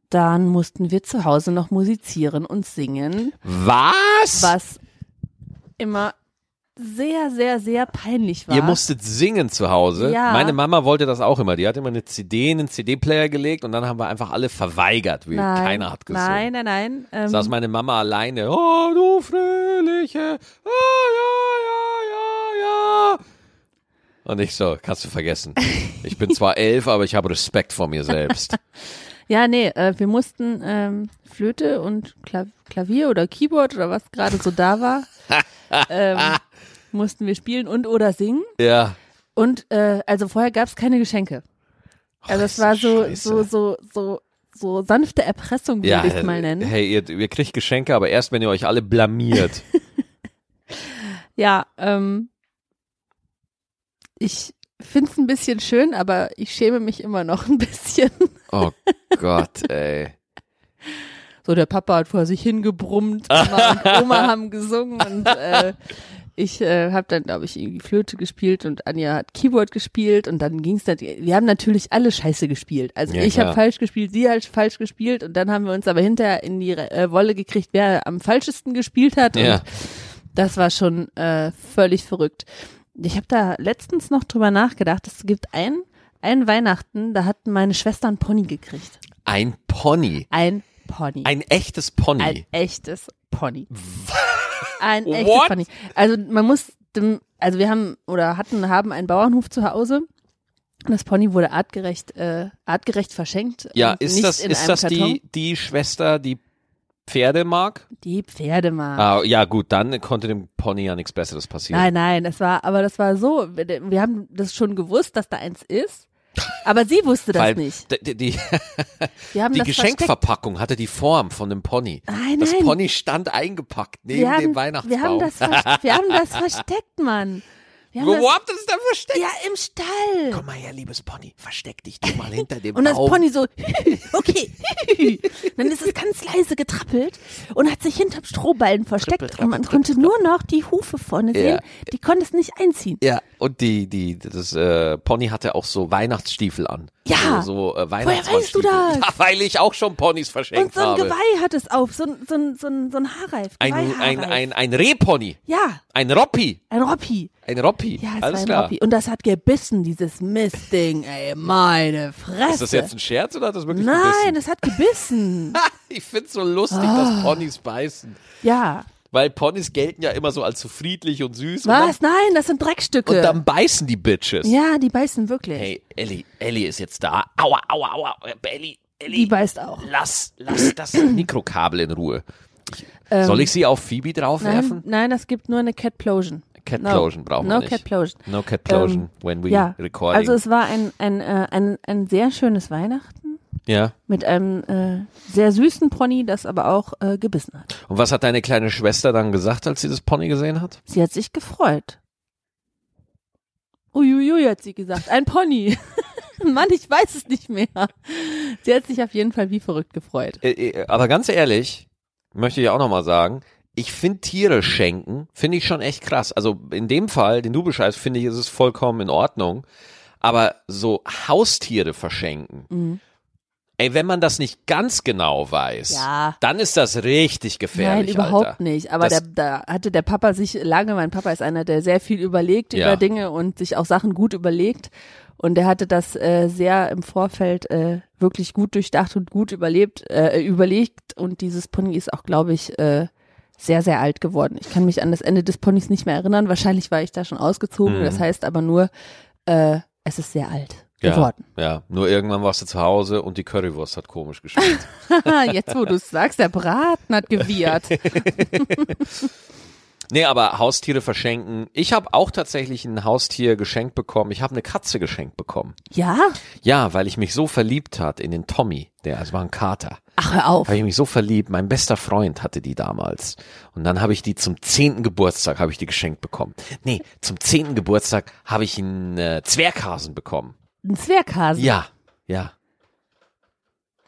Dann mussten wir zu Hause noch musizieren und singen,
Was?
was immer sehr, sehr, sehr peinlich war.
Ihr musstet singen zu Hause.
Ja.
Meine Mama wollte das auch immer. Die hat immer eine CD in einen CD-Player gelegt und dann haben wir einfach alle verweigert. Wir,
nein,
keiner hat gesungen.
Nein, nein, nein. Ähm,
saß meine Mama alleine. Oh, du Fröhliche. Oh, ja, ja, ja, ja. Und ich so, kannst du vergessen. Ich bin zwar elf, aber ich habe Respekt vor mir
*laughs*
selbst.
Ja, nee, äh, wir mussten ähm, Flöte und Kla Klavier oder Keyboard oder was gerade so da
*laughs*
war, ähm, mussten wir spielen und oder singen.
Ja.
Und äh, also vorher gab's keine Geschenke. Also es
ist
war
das
so,
scheiße.
so, so, so, so sanfte Erpressung, würde
Ja, äh,
ich mal nennen.
hey, ihr, ihr kriegt Geschenke, aber erst, wenn ihr euch alle
*laughs*
blamiert.
Ja, ähm, ich find's ein bisschen schön, aber ich schäme mich immer noch ein bisschen.
Oh Gott, ey.
So, der Papa hat vor sich hingebrummt, Mama
*laughs*
und Oma haben gesungen und äh, ich äh, habe dann, glaube ich, irgendwie Flöte gespielt und Anja hat Keyboard gespielt und dann ging's dann, wir haben natürlich alle scheiße gespielt. Also
Ja,
ich habe
klar.
falsch gespielt, sie hat falsch gespielt und dann haben wir uns aber hinterher in die äh, Wolle gekriegt, wer am falschesten gespielt hat
Ja.
und das war schon äh, völlig verrückt. Ich habe da letztens noch drüber nachgedacht, es gibt ein, ein Weihnachten, da hatten meine Schwester einen Pony gekriegt.
Ein Pony.
Ein Pony.
Ein echtes Pony.
Ein echtes Pony. Ein echtes
What?
Pony. Also man muss dem, also wir haben oder hatten, haben einen Bauernhof zu Hause. Das Pony wurde artgerecht, äh, artgerecht verschenkt.
ja,
und
ist
ähm, nicht
das,
in
ist
einem
das
Karton.
die, die Schwester, die Pferde mag?
Die Pferdemar.
Ah, ja, gut, dann konnte dem Pony ja nichts Besseres passieren.
Nein, nein, das war, aber das war so. Wir, wir haben das schon gewusst, dass da eins ist. Aber sie wusste das
Weil
nicht.
d- d-
*laughs*
Die,
Wir haben
die
das versteckt. Ah,
Geschenkverpackung hatte die Form von dem Pony.
Nein,
das
nein.
Pony stand eingepackt neben
wir haben,
dem Weihnachtsbaum.
Wir haben das, vers- wir haben das versteckt, Mann.
*laughs*
Wir haben das,
What? Das ist da versteckt.
ja, im Stall.
Komm mal her, liebes Pony. Versteck dich du mal hinter dem
*laughs* Und das
Baum.
Pony so, okay.
*laughs*
Dann ist es ganz leise getrappelt und hat sich hinterm Strohballen versteckt
Trippel,
und man konnte nur noch die Hufe vorne
Ja.
sehen. Die konnte es nicht einziehen.
Ja, und die, die, das äh, Pony hatte auch so Weihnachtsstiefel an.
Ja.
So, so äh,
weißt du
Weihnachtsmannsstiefel.
das?
*laughs* Ja, weil ich auch schon Ponys verschenkt
Und so ein
habe.
Geweih hat es auf, so ein, so ein, so ein, so ein Haarreif.
ein,
Geweihhaarreif.
ein, ein, ein Rehpony.
ja,
Ein Roppi.
ein Roppi.
Ein Roppi.
Ja, es
Alles
war ein
klar.
Roppi. Und das hat gebissen, dieses Mistding, ey, meine Fresse.
Ist das jetzt ein Scherz oder hat das wirklich
Nein, Ah.
gebissen?
es hat gebissen.
*laughs* Ich find's so lustig, dass Ponys beißen.
ja.
Weil Ponys gelten ja immer so als so friedlich und süß.
Was?
Und
Nein, das sind Dreckstücke.
dann, und dann beißen die Bitches.
ja, die beißen wirklich.
Hey, Ellie, Ellie ist jetzt da. Aua, aua, aua. Ellie,
Die
Ellie,
beißt auch.
lass, lass das Mikrokabel in Ruhe. Soll ich sie auf Phoebe
Ähm, Nein,
draufwerfen?
nein, das gibt nur eine Catplosion.
Catplosion
no,
brauchen wir
no
nicht.
Catplosion.
No Catplosion
Ähm,
when we
ja,
recording.
also es war ein, ein, äh, ein, ein sehr schönes Weihnachten
ja.
mit einem äh, sehr süßen Pony, das aber auch äh, gebissen hat.
Und was hat deine kleine Schwester dann gesagt, als sie das Pony gesehen hat?
Sie hat sich gefreut. Uiuiui, hat sie gesagt. Ein Pony. *laughs* Mann, ich weiß es nicht mehr. Sie hat sich auf jeden Fall wie verrückt gefreut.
Äh, äh, Aber ganz ehrlich, möchte ich auch nochmal sagen, ich finde Tiere schenken, finde ich schon echt krass. Also in dem Fall, den du beschreibst, finde ich, ist es vollkommen in Ordnung. Aber so Haustiere verschenken,
Mhm.
ey, wenn man das nicht ganz genau weiß,
Ja.
dann ist das richtig
Nein,
gefährlich.
überhaupt
Alter.
nicht. Aber der,
Das-
da hatte der Papa sich lange, mein Papa ist einer, der sehr viel überlegt
Ja.
über Dinge und sich auch Sachen gut überlegt. Und der hatte das äh, sehr im Vorfeld äh, wirklich gut durchdacht und gut überlebt, äh, überlegt. Und dieses Pony ist auch, glaube ich, äh, sehr, sehr alt geworden. Ich kann mich an das Ende des Ponys nicht mehr erinnern. Wahrscheinlich war ich da schon ausgezogen.
Mhm.
Das heißt aber nur, äh, es ist sehr alt geworden.
Ja, ja, nur irgendwann warst du zu Hause und die Currywurst hat komisch geschmeckt.
*laughs* Haha, Ah, Jetzt, wo du es sagst, der Braten
*laughs*
hat gewirrt.
nee, aber Haustiere verschenken. Ich habe auch tatsächlich ein Haustier geschenkt bekommen. Ich habe eine Katze geschenkt bekommen.
ja?
Ja, weil ich mich so verliebt hat in den Tommy, der also war ein Kater.
Ach, hör auf.
Habe ich mich so verliebt, mein bester Freund hatte die damals. Und dann habe ich die zum zehnten Geburtstag habe ich die geschenkt bekommen. Nee, zum zehnten Geburtstag habe ich einen äh, Zwerghasen bekommen.
Ein Zwerghasen.
Ja, ja.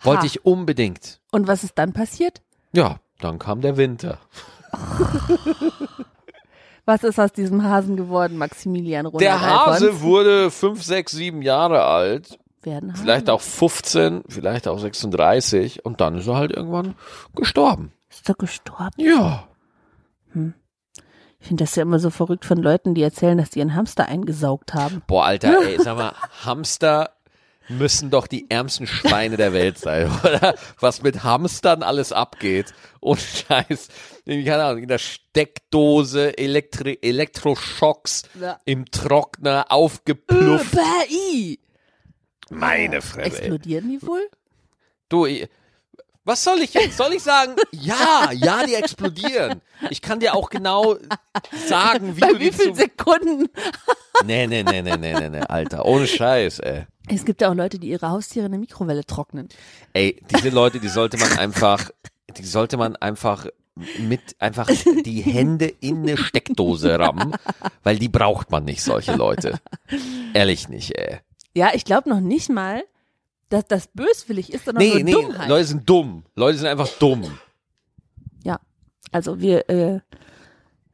Wollte
Also Ha.
ich unbedingt.
Und was ist dann passiert?
Ja, dann kam der Winter.
Was ist aus diesem Hasen geworden, Maximilian Ronald?
Der Hase
Alfons?
wurde fünf, sechs, sieben Jahre alt,
werden Hasen.
vielleicht auch 15, vielleicht auch 36 und dann ist er halt irgendwann gestorben.
Ist er gestorben?
Ja.
Ich finde das ja immer so verrückt von Leuten, die erzählen, dass die ihren Hamster eingesaugt haben.
Boah, Alter, ey, sag mal, Hamster müssen doch die ärmsten Schweine der Welt sein, *laughs* oder? Was mit Hamstern alles abgeht. Und Scheiß. Ich keine Ahnung, in der Steckdose, Elektri Elektroschocks,
Ja. Äh,
im Trockner, aufgeplufft.
Bäh, i.
Meine Fresse. ey.
Explodieren die wohl?
Du, ich- was soll ich jetzt? Soll ich sagen, ja, ja, die explodieren. Ich kann dir auch genau sagen, wie
Bei
du die
wie vielen
zu...
Sekunden?
Nee, nee, nee, nee, nee, nee, nee, Alter. Ohne Scheiß, ey.
Es gibt ja auch Leute, die ihre Haustiere in der Mikrowelle trocknen.
Ey, diese Leute, die sollte man einfach, die sollte man einfach mit einfach die Hände in eine Steckdose rammen, weil die braucht man nicht, solche Leute. Ehrlich nicht, ey.
Ja, ich glaube noch nicht mal, dass das böswillig ist, sondern
Nee,
nur
nee,
Dummheit.
Leute sind dumm. Leute sind einfach dumm.
Ja, also wir, äh,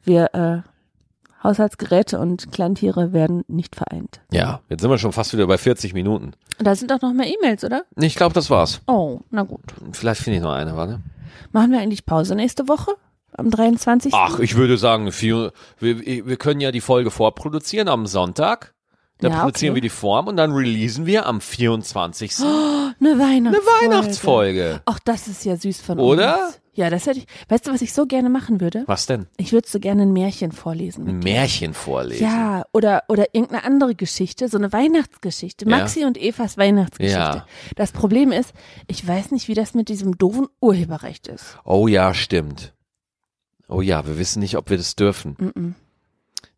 wir äh, Haushaltsgeräte und Kleintiere werden nicht vereint.
Ja, jetzt sind wir schon fast wieder bei 40 Minuten.
Und da sind auch noch mehr E-Mails, oder?
Nee, Ich glaube, das war's.
Oh, na gut.
Vielleicht finde ich noch eine, warte.
Machen wir eigentlich Pause nächste Woche? Am 23.
Ach, ich würde sagen, vier, wir, wir können ja die Folge vorproduzieren am Sonntag. Da
Ja,
produzieren
okay.
wir
Oh,
die Form und dann releasen wir am 24.
eine
eine
Weihnachtsfolge.
Weihnachtsfolge.
Ach, das ist ja süß von
Oder?
uns. Ja, das hätte ich. Weißt du, was ich so gerne machen würde?
Was denn?
Ich würde so gerne ein Märchen vorlesen.
Ein Märchen vorlesen.
Ja, oder, oder irgendeine andere Geschichte, so eine Weihnachtsgeschichte.
Ja.
Maxi und Evas Weihnachtsgeschichte.
Ja.
Das Problem ist, ich weiß nicht, wie das mit diesem doofen Urheberrecht ist.
Oh ja, stimmt. Oh ja, wir wissen nicht, ob wir das dürfen.
Mm-mm.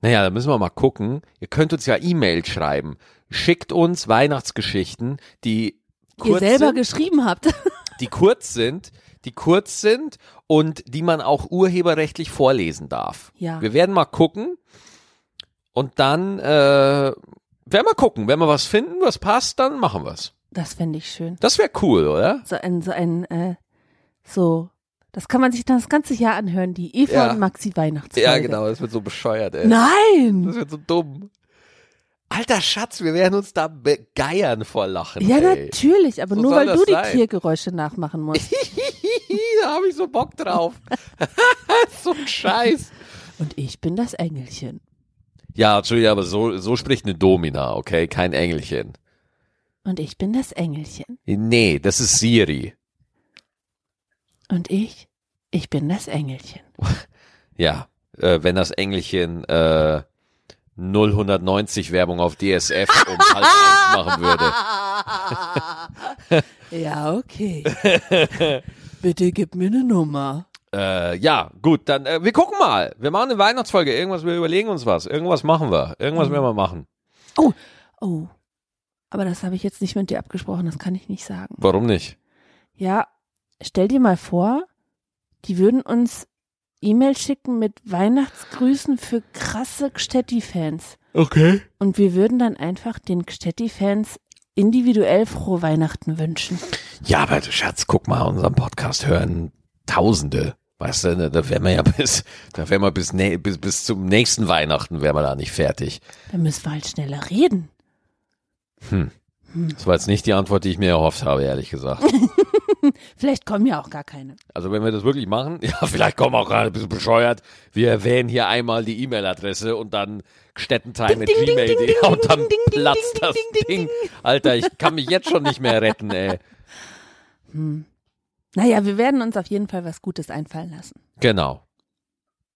Naja, da müssen wir mal gucken. Ihr könnt uns ja E-Mail schreiben. Schickt uns Weihnachtsgeschichten, die
Ihr
kurz,
selber
sind,
geschrieben habt.
die kurz sind, die kurz sind und die man auch urheberrechtlich vorlesen darf.
Ja.
Wir werden mal gucken und dann äh, werden wir gucken. Wenn wir was finden, was passt, dann machen wir's.
Das fände ich schön.
Das wäre cool, oder?
so ein, so ein, äh, so, das kann man sich dann das ganze Jahr anhören, die Eva
Ja. genau.
und Maxi Weihnachtsfolge.
Ja, genau. Das wird so bescheuert, ey.
Nein!
Das wird so dumm. Alter Schatz, wir werden uns da begeiern vor Lachen.
Ja,
ey.
natürlich, aber
So
nur
soll
weil
das
du die
sein.
Tiergeräusche nachmachen musst.
*laughs* da habe ich so Bock drauf. *laughs* so ein Scheiß.
Und ich bin das Engelchen.
Ja, Entschuldigung, aber so, so spricht eine Domina, okay? Kein Engelchen.
Und ich bin das Engelchen.
Nee, das ist Siri.
Und ich, ich bin
*laughs*
das Engelchen.
Ja, äh, wenn das Engelchen äh, 090 Werbung auf DSF um halb
*laughs*
eins machen würde.
ja,
*laughs*
okay. Bitte gib mir eine Nummer.
Äh, ja, gut, dann äh, wir gucken mal. Wir machen eine Weihnachtsfolge. Irgendwas, wir überlegen uns was. Irgendwas machen wir.
Mhm.
Irgendwas werden wir machen.
Oh, aber das habe ich jetzt nicht mit dir abgesprochen, das kann ich nicht sagen.
Warum nicht?
Ja, stell dir mal vor, die würden uns E-Mail schicken mit Weihnachtsgrüßen für krasse Gstetti-Fans.
Okay.
Und wir würden dann einfach den Gstetti-Fans individuell frohe Weihnachten wünschen.
Ja, aber du Schatz, guck mal, unseren Podcast hören Tausende. Weißt du, ne, da wären wir ja bis, da wären wir bis, nä- bis, bis zum nächsten Weihnachten wären wir da nicht fertig.
Dann müssen wir halt schneller reden.
Das war jetzt nicht die Antwort, die ich mir erhofft habe, ehrlich
*laughs*
gesagt.
Vielleicht kommen ja auch gar keine.
Also wenn wir das wirklich machen, *laughs* ja, vielleicht kommen wir auch gerade ein bisschen bescheuert. Wir erwähnen hier einmal die E-Mail-Adresse und dann Städtenteil mit
ding, ding,
Gmail.
ding, ding,
Und dann
ding, ding, ding,
platzt
ding,
das
ding, ding,
Ding. Alter, ich kann mich jetzt schon nicht mehr retten, ey.
Naja, wir werden uns auf jeden Fall was Gutes einfallen lassen.
Genau.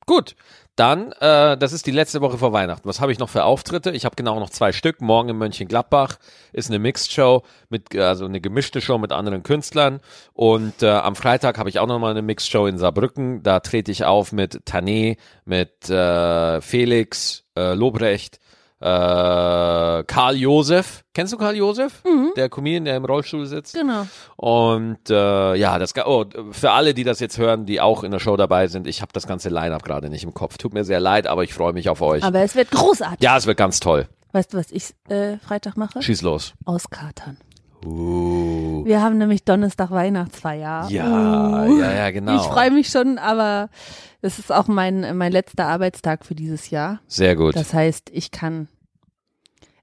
Gut, dann, äh, das ist die letzte Woche vor Weihnachten. Was habe ich noch für Auftritte? Ich habe genau noch zwei Stück. Morgen in Mönchengladbach ist eine Mixed-Show, mit, äh, also eine gemischte Show mit anderen Künstlern. Und äh, am Freitag habe ich auch nochmal eine Mixed-Show in Saarbrücken. Da trete ich auf mit Tané, mit äh, Felix, äh, Lobrecht, äh, Karl Josef. Kennst du Karl Josef? Der Comedian, der im Rollstuhl sitzt?
Genau.
Und äh, ja, das ga- oh, für alle, die das jetzt hören, die auch in der Show dabei sind, ich habe das ganze Line-up gerade nicht im Kopf. Tut mir sehr leid, aber ich freue mich auf euch.
Aber es wird großartig.
ja, es wird ganz toll.
Weißt du, was ich äh, Freitag mache?
Schieß los.
Auskatern.
Uh.
Wir haben nämlich Donnerstag Weihnachtsfeier.
Ja,
Uh.
ja, ja, genau.
Ich freue mich schon, aber das ist auch mein, mein letzter Arbeitstag für dieses Jahr.
Sehr gut.
Das heißt, ich kann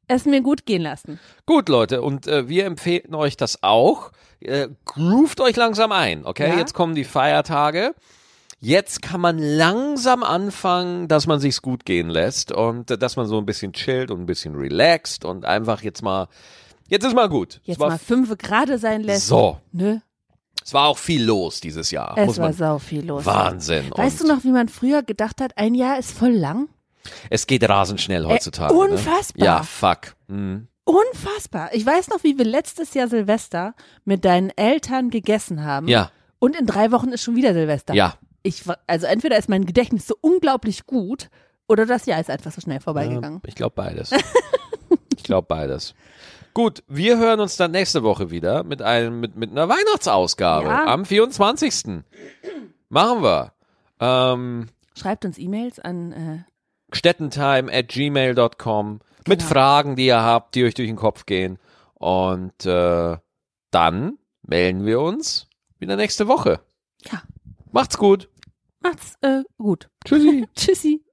es mir gut gehen lassen.
gut, Leute, und äh, wir empfehlen euch das auch. Äh, groovt euch langsam ein, okay?
Ja.
Jetzt kommen die Feiertage. Jetzt kann man langsam anfangen, dass man sich's gut gehen lässt und äh, dass man so ein bisschen chillt und ein bisschen relaxt und einfach jetzt mal jetzt ist mal gut.
Jetzt
es war
mal fünf gerade sein lässt.
So.
Ne?
Es war auch viel los dieses Jahr.
Es
muss
war
man,
sau viel los.
Wahnsinn.
Weißt du
und
noch, wie man früher gedacht hat, ein Jahr ist voll lang?
Es geht rasend schnell heutzutage.
Äh, unfassbar.
Ne? Ja, fuck. Mhm.
Unfassbar. Ich weiß noch, wie wir letztes Jahr Silvester mit deinen Eltern gegessen haben.
Ja,
Und in drei Wochen ist schon wieder Silvester.
ja.
Ich, wa- also entweder ist mein Gedächtnis so unglaublich gut oder das Jahr ist einfach so schnell vorbeigegangen.
Mhm. Ich glaube
*laughs*
beides. ich glaube beides. Gut, wir hören uns dann nächste Woche wieder mit, einem, mit, mit einer Weihnachtsausgabe
Ja.
am 24. Machen wir. Ähm,
Schreibt uns E-Mails an. Äh,
stettentime at gmail.com mit
Genau.
Fragen, die ihr habt, die euch durch den Kopf gehen. Und äh, dann melden wir uns wieder nächste Woche.
ja,
Macht's gut.
macht's äh, gut.
Tschüssi.
*laughs* Tschüssi.